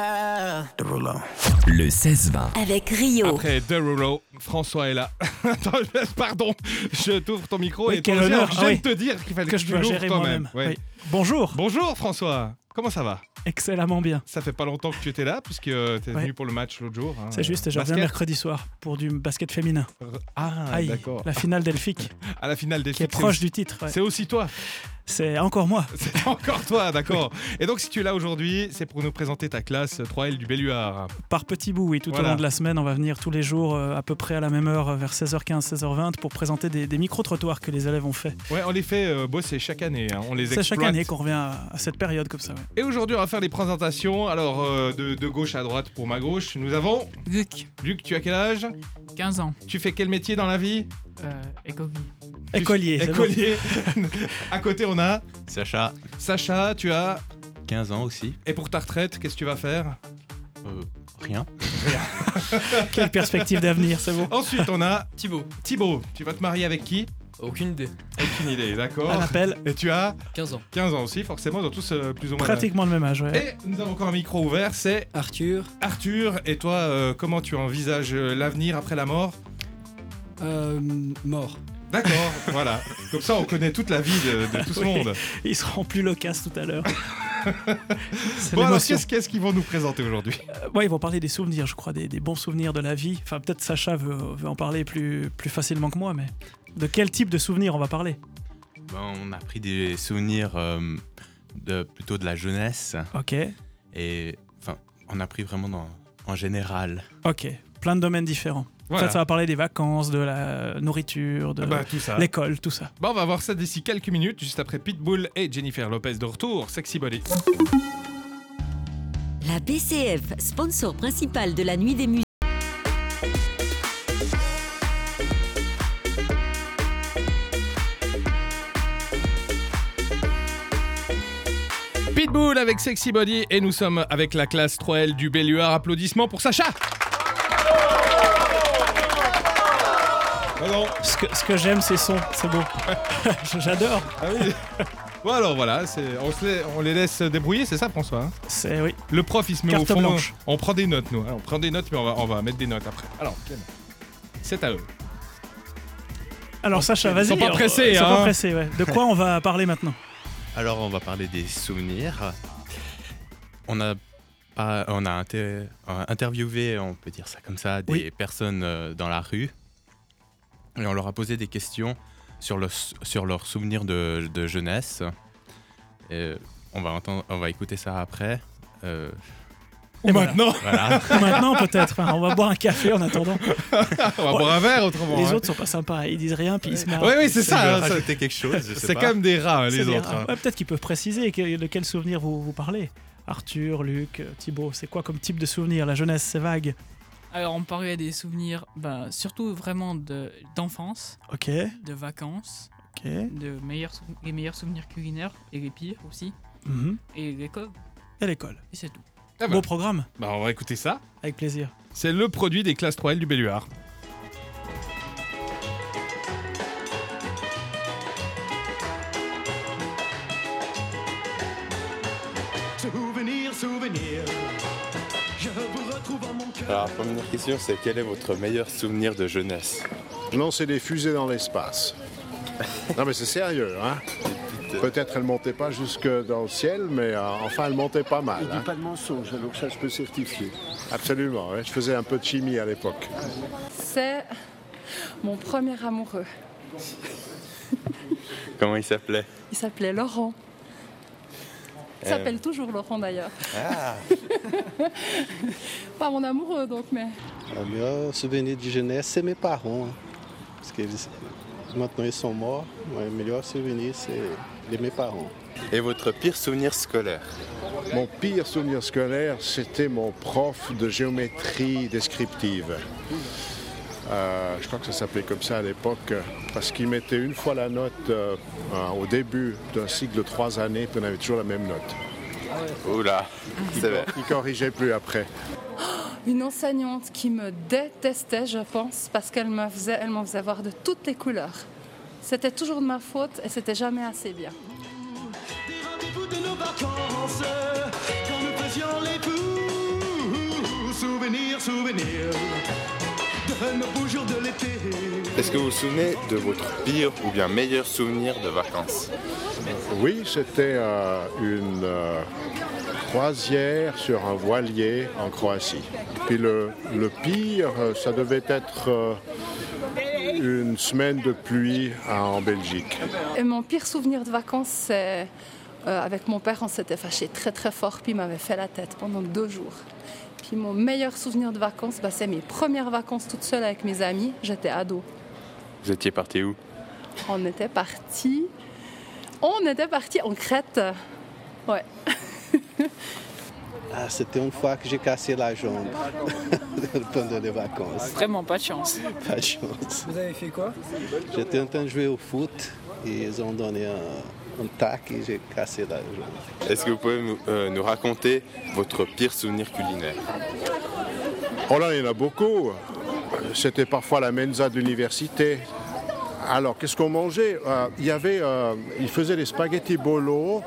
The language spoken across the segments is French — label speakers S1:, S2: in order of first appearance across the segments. S1: Euh,
S2: Derulo.
S3: Le 16-20.
S4: avec Rio.
S5: Après Derulo, François est là. Attends, je- pardon, je t'ouvre ton micro
S6: Oui,
S5: et
S6: quel
S5: ton
S6: honneur,
S5: je viens
S6: ah
S5: de te dire qu'il fallait
S6: que je
S5: tu
S6: dois
S5: l'ouvres
S6: gérer
S5: toi-même.
S6: moi-même.
S5: Ouais.
S6: Oui. Bonjour,
S5: Bonjour François, comment ça va
S6: excellemment bien.
S5: Ça fait pas longtemps que tu étais là puisque tu es venu
S6: Ouais.
S5: pour le match l'autre jour. hein,
S6: C'est juste,
S5: euh,
S6: je reviens
S5: basket.
S6: mercredi soir pour du basket féminin.
S5: Ah,
S6: Aïe,
S5: d'accord.
S6: la finale delphique
S5: À la finale des
S6: qui est
S5: Six, c'est
S6: proche
S5: aussi-
S6: du titre. ouais.
S5: C'est aussi toi,
S6: C'est encore moi.
S5: c'est encore toi, d'accord. Et donc si tu es là aujourd'hui, c'est pour nous présenter ta classe 3L du Belluard.
S6: Par petits bouts, oui, tout
S5: Voilà.
S6: au long de la semaine, on va venir tous les jours euh, à peu près à la même heure, euh, vers 16h15, 16h20, pour présenter des, des micro-trottoirs que les élèves ont fait.
S5: Ouais, on les fait euh, bosser chaque année, hein, on les
S6: C'est
S5: exploite.
S6: chaque année qu'on revient à, à cette période comme ça. ouais.
S5: Et aujourd'hui, on va faire les présentations. Alors, euh, de, de gauche à droite pour ma gauche, nous avons.
S7: Luc,
S5: Luc, tu as quel âge
S7: 15 ans,
S5: Tu fais quel métier dans la vie
S7: euh, écolier.
S5: Tu-
S6: Écolier. c'est bon.
S5: Écolier. à côté, on a
S2: Sacha,
S5: Sacha, tu as.
S2: 15 ans aussi.
S5: Et pour ta retraite, qu'est-ce que tu vas faire
S2: Euh, rien.
S6: Quelle perspective d'avenir, c'est bon.
S5: Ensuite, on a
S1: Thibaut,
S5: Thibaut. Tu vas te marier avec qui
S1: aucune idée.
S5: Aucune idée,
S6: Un
S5: d'accord
S6: appel,
S5: Et tu as
S1: 15 ans.
S5: 15 ans aussi, forcément, ils ont tous euh, plus ou moins.
S6: pratiquement le même âge. ouais.
S5: Et nous avons encore un micro ouvert, c'est
S1: Arthur,
S5: Arthur. Et toi, euh, comment tu envisages euh, l'avenir après la mort
S1: euh, mort.
S5: D'accord, voilà. Comme ça, on connaît toute la vie de, de tout ce
S6: Oui.
S5: monde.
S6: Ils seront plus loquaces tout à l'heure. c'est
S5: Bon, alors,
S6: l'émotion.
S5: qu'est-ce qu'est-ce qu'ils vont nous présenter aujourd'hui
S6: Ouais, ils vont parler des souvenirs, je crois, des, des bons souvenirs de la vie. Enfin, peut-être Sacha veut, veut en parler plus, plus facilement que moi, mais de quel type de souvenirs on va parler
S2: Ben, on a pris des souvenirs euh, de, plutôt de la jeunesse.
S6: Ok,
S2: Et enfin, on a pris vraiment dans- en général.
S6: ok, plein de domaines différents.
S5: Voilà.
S6: En fait, ça va parler des vacances, de la nourriture, de
S5: Bah, tout ça.
S6: l'école, tout ça.
S5: Bon, on va voir ça d'ici quelques minutes, juste après Pitbull et Jennifer Lopez de retour. Sexy Body.
S4: La BCF, sponsor principal de la Nuit des Musées.
S5: Pitbull avec Sexy Body et nous sommes avec la classe 3L du Belluard. Applaudissements pour Sacha Bon,
S6: Ce que, ce que j'aime, c'est son, c'est beau. J'adore.
S5: alors voilà, c'est- on, se les, on les laisse débrouiller, c'est ça François hein
S6: C'est oui.
S5: Le prof il se met
S6: Carte
S5: au fond.
S6: blanche.
S5: On prend des notes nous, hein, on prend des notes mais on va, on va mettre des notes après. Alors, Clément, c'est à eux.
S6: Alors Sacha, vas-y.
S5: sont pas
S6: alors,
S5: pressés,
S6: Ils sont
S5: hein.
S6: pas pressés, ouais. De quoi on va parler maintenant
S2: Alors, on va parler des souvenirs. On a, pas- on a inter- on a interviewé, on peut dire ça comme ça, des
S6: Oui.
S2: personnes euh, dans la rue. Et on leur a posé des questions sur, le- sur leurs souvenirs de, de jeunesse. Et on, va entendre, on va écouter ça après. Euh,
S6: Et voilà.
S5: maintenant
S2: voilà.
S6: Maintenant peut-être. Enfin, on va boire un café en attendant.
S5: On va boire un verre autrement.
S6: les
S5: hein.
S6: autres sont pas sympas. Ils disent rien puis ils se marrent.
S5: Oui, oui, c'est
S2: Je veux
S5: ça. hein, ça-
S2: rajouter quelque chose, je sais
S5: C'est
S2: pas.
S5: quand même des rats hein, les
S6: C'est bien.
S5: autres. hein.
S6: Ouais, Peut-être qu'ils peuvent préciser que- de quel souvenir vous, vous parlez. Arthur, Luc, euh, Thibaut, c'est quoi comme type de souvenir La jeunesse, c'est vague.
S7: Alors, on parlait des souvenirs, bah, surtout vraiment de- d'enfance,
S6: Ok,
S7: de, vacances,
S6: ok.
S7: de meilleurs sou- les meilleurs souvenirs culinaires et les pires aussi,
S6: Mhm.
S7: et l'école,
S6: Et l'école.
S7: et c'est tout.
S5: Ah bah.
S6: Beau programme,
S5: Bah, on va écouter ça.
S6: avec plaisir.
S5: C'est le produit des classes 3L du Belluard.
S8: Souvenir, souvenir. Je vous retrouve en mon cœur.
S9: Alors, première question, c'est quel est votre meilleur souvenir de jeunesse
S8: Lancer des fusées dans l'espace. Non mais c'est sérieux, hein Peut-être elle montait pas jusque dans le ciel, mais euh, enfin elle montait pas mal. hein.
S10: Pas de mensonge, alors ça je peux certifier.
S8: Absolument, ouais. je faisais un peu de chimie à l'époque.
S11: C'est mon premier amoureux.
S9: Comment il s'appelait
S11: Il s'appelait Laurent. Il
S9: Euh.
S11: s'appelle toujours Laurent d'ailleurs. Pas mon amoureux donc, mais
S10: Le meilleur souvenir de jeunesse, c'est mes parents. hein. Parce que maintenant ils sont morts. mais Le meilleur souvenir, c'est de mes parents.
S9: Et votre pire souvenir scolaire
S8: Mon pire souvenir scolaire, c'était mon prof de géométrie descriptive. Euh, je crois que ça s'appelait comme ça à l'époque, euh, parce qu'il mettait une fois la note euh, euh, au début d'un cycle de trois années, puis on avait toujours la même note.
S9: Oula, sévère.
S8: Il corrigeait plus après.
S11: une enseignante qui me détestait, je pense, parce qu'elle me faisait, elle m'en faisait voir de toutes les couleurs. C'était toujours de ma faute et c'était jamais assez bien.
S8: Des rendez-vous de nos vacances, quand nous faisions les bouts.
S9: Est-ce que vous vous souvenez de votre pire ou bien meilleur souvenir de vacances
S8: Oui, c'était euh, une euh, croisière sur un voilier en Croatie. Puis le, le pire, euh, ça devait être euh, une semaine de pluie à- en Belgique.
S11: Et mon pire souvenir de vacances, c'est euh, avec mon père, on s'était fâché très très fort, puis il m'avait fait la tête pendant deux jours. Puis mon meilleur souvenir de vacances, bah, c'est mes premières vacances toute seule avec mes amis. J'étais ado.
S9: Vous étiez parti où
S11: On était parti, on était parti en Crète. Ouais.
S10: Ah, c'était une fois que j'ai cassé la jambe pendant les vacances.
S7: Vraiment pas de chance.
S10: Pas de chance.
S1: Vous avez fait quoi
S10: J'étais en train de jouer au foot et ils ont donné un, un tac et j'ai cassé la jambe.
S9: Est-ce que vous pouvez nous, euh, nous raconter votre pire souvenir culinaire
S8: Oh là, il y en a beaucoup. C'était parfois la mensa de l'université. Alors, qu'est-ce qu'on mangeait Euh, Il y avait, euh, ils faisaient des spaghettis bolo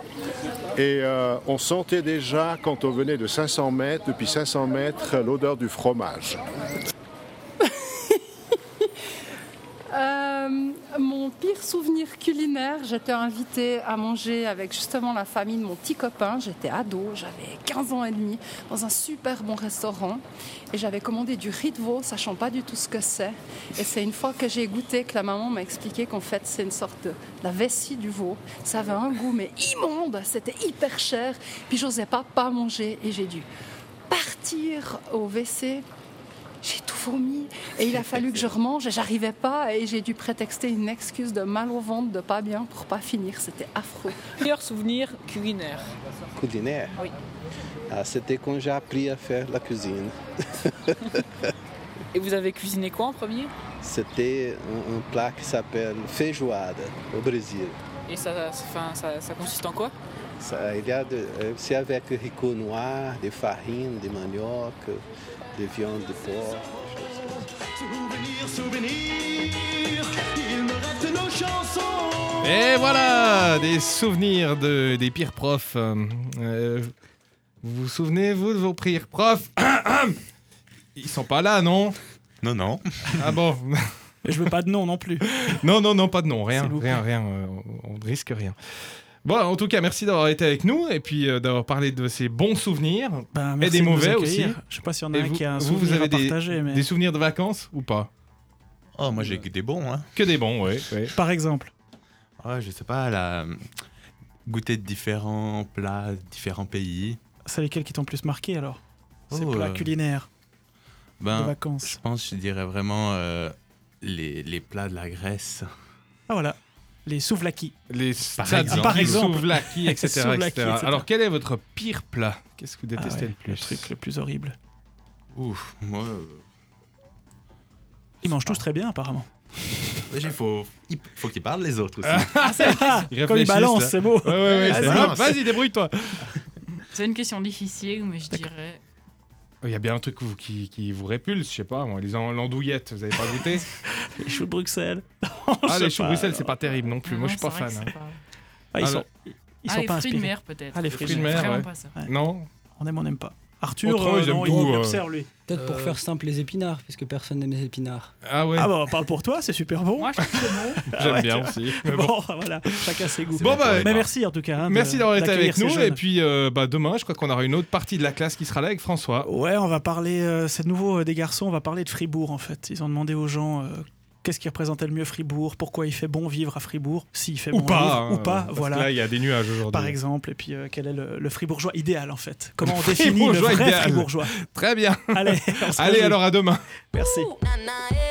S8: et euh, on sentait déjà, quand on venait de 500 mètres, depuis 500 mètres, l'odeur du fromage.
S11: Euh, mon pire souvenir culinaire, j'étais invitée à manger avec justement la famille de mon petit copain. J'étais ado, j'avais 15 ans et demi, dans un super bon restaurant. Et j'avais commandé du riz de veau, sachant pas du tout ce que c'est. Et c'est une fois que j'ai goûté que la maman m'a expliqué qu'en fait, c'est une sorte de la vessie du veau. Ça avait un goût, mais immonde, c'était hyper cher. Puis j'osais pas pas manger et j'ai dû partir au WC j'ai tout vomi et il a fallu que je remange et j'arrivais pas et j'ai dû prétexter une excuse de mal au ventre, de pas bien pour pas finir. C'était affreux.
S7: Meilleur souvenir culinaire.
S10: Culinaire
S7: Oui.
S10: Ah, c'était quand j'ai appris à faire la cuisine.
S7: Et vous avez cuisiné quoi en premier
S10: C'était un, un plat qui s'appelle feijoada au Brésil.
S7: Et ça, ça- enfin, ça, ça consiste en quoi
S10: Ça, il y a de- euh, c'est avec ricot noir, des farines, des manioc, euh, des viandes de porc.
S3: Souvenir, souvenir, il me reste nos chansons.
S5: Et voilà des souvenirs de, des pires profs. Euh, euh, vous vous souvenez, vous, de vos pires profs Ils sont pas là, non
S2: Non, non.
S5: Ah bon
S6: Je veux pas de nom non plus.
S5: Non, non, non, pas de nom. Rien,
S6: S'il vous plaît.
S5: rien, rien. euh, on on risque rien. Bon, en tout cas, merci d'avoir été avec nous et puis euh, d'avoir parlé de ces bons souvenirs.
S6: Ben,
S5: et
S6: merci
S5: des
S6: de nous
S5: mauvais aussi.
S6: accueillir. Je sais pas s'il y en a
S5: Et
S6: un
S5: vous-
S6: qui a un
S5: vous, vous
S6: souvenir
S5: avez
S6: à
S5: des-
S6: partager, mais
S5: Des souvenirs de vacances ou pas
S2: Oh, moi j'ai que des bons, hein.
S5: Que des bons, oui.
S6: par exemple.
S2: Ah, je sais pas, la... goûter de différents plats, différents pays.
S6: C'est lesquels qui t'ont le plus marqué alors Ces
S2: Oh,
S6: plats
S2: euh,
S6: culinaires
S5: Ah.
S6: de
S2: Ben, je
S6: vacances.
S2: pense, je dirais vraiment euh, les, les plats de la Grèce.
S6: Ah voilà, les souvlaki.
S5: Les
S2: Par
S5: tzatziki,
S2: exemple.
S6: Par exemple.
S5: souvlaki, etc.,
S6: Souvlaki,
S5: etc.
S6: etc.
S5: Alors, quel est votre pire plat Qu'est-ce que vous détestez
S6: Ah ouais,
S5: le plus
S6: Le truc le plus horrible.
S2: Ouf, moi. euh,
S6: Ils mangent tous très bien apparemment.
S2: j'ai- faut, il faut qu'ils parlent les autres aussi.
S6: Ah, Quand
S5: Ils
S6: ils
S5: réfléchissent,
S6: balancent,
S5: là.
S6: c'est beau.
S5: Ouais, ouais, ouais,
S2: Ah,
S5: c'est-
S2: c'est
S5: Hop,
S2: mince.
S5: Vas-y, débrouille-toi.
S7: C'est une question difficile, mais je dirais.
S5: Il y a bien un truc que vous- qui, qui vous répulse, je sais pas, moi, les en- l'andouillette, vous avez pas goûté
S6: Les choux de Bruxelles.
S5: Ah,
S6: Je sais
S5: les choux
S6: pas,
S5: Bruxelles,
S6: alors.
S5: c'est pas terrible non plus. Moi, je suis
S7: Non,
S5: pas
S7: c'est
S5: fan.
S7: vrai que
S5: hein.
S7: c'est pas-
S6: Ah, ils
S5: Ah,
S6: sont, ils
S7: Ah,
S6: sont
S7: les
S6: pas
S7: fruits de
S6: inspirés.
S7: mer peut-être.
S6: Ah, les
S5: fruits
S6: fruits de
S5: de mer,
S7: Vraiment
S5: ouais.
S7: pas ça.
S6: Ouais.
S5: Non
S6: On aime, on n'aime pas. Arthur,
S5: Autrement,
S6: euh,
S5: ils aiment
S6: non, il
S5: tout, euh.
S6: observe lui.
S1: Peut-être pour
S6: Euh,
S1: faire simple les épinards, parce que personne n'aime les épinards.
S5: Ah ouais,
S6: Ah bah parle pour toi, c'est super bon.
S7: Moi, je trouve que c'est bon.
S5: j'aime
S6: ouais,
S5: bien
S6: tu-
S5: aussi. Mais
S6: bon,
S5: bon.
S6: voilà, chacun ses goûts.
S2: C'est
S5: Bon,
S2: pour
S5: bah,
S2: les
S6: Mais
S2: parents.
S6: merci en tout cas. hein, de-
S5: Merci d'avoir été
S6: d'accueillir
S5: avec
S6: ces
S5: nous.
S6: jeunes.
S5: Et puis euh, bah, demain, je crois qu'on aura une autre partie de la classe qui sera là avec François.
S6: Ouais, on va parler, euh, c'est de nouveau euh, des garçons, on va parler de Fribourg en fait. Ils ont demandé aux gens euh, qu'est-ce qui représentait le mieux Fribourg, pourquoi il fait bon vivre à Fribourg, s'il fait
S5: Ou
S6: bon
S5: pas.
S6: vivre
S5: hein,
S6: ou pas,
S5: parce que
S6: voilà.
S5: Là, il y a des nuages
S6: par
S5: aujourd'hui.
S6: exemple, et puis euh, quel est le, le fribourgeois idéal en fait Comment on
S5: Le
S6: définit le
S5: Fribourgeois
S6: vrai
S5: idéal.
S6: fribourgeois
S5: Très bien.
S6: Allez, on se
S5: Allez,
S6: réveille.
S5: alors à demain.
S6: Merci.
S4: Nanae.
S8: eh.